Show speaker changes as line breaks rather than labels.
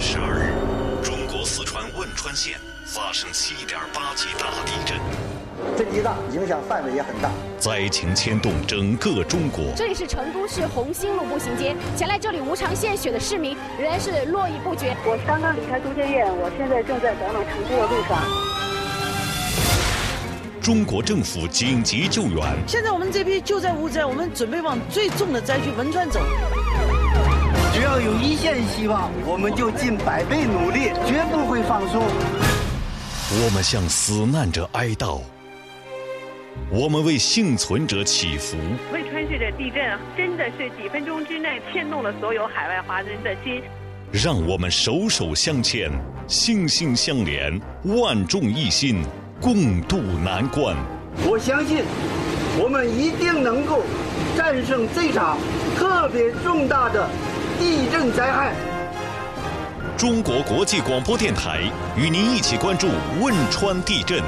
十二日，中国四川汶川县发生七点八级大地震，
震级大，影响范围也很大。
灾情牵动整个中国。
这里是成都市红星路步行街，前来这里无偿献血的市民仍然是络绎不绝。
我刚刚离开中建院，我现在正在赶往成都的路上。
中国政府紧急救援，
现在我们这批救灾无灾，我们准备往最重的灾区汶川走。
只要有一线希望，我们就尽百倍努力，绝不会放松。
我们向死难者哀悼，我们为幸存者祈福。
汶川市的地震真的是几分钟之内牵动了所有海外华人的心。
让我们手手相牵，心心相连，万众一心，共度难关。
我相信，我们一定能够战胜这场特别重大的地震灾害。
中国国际广播电台与您一起关注汶川地震，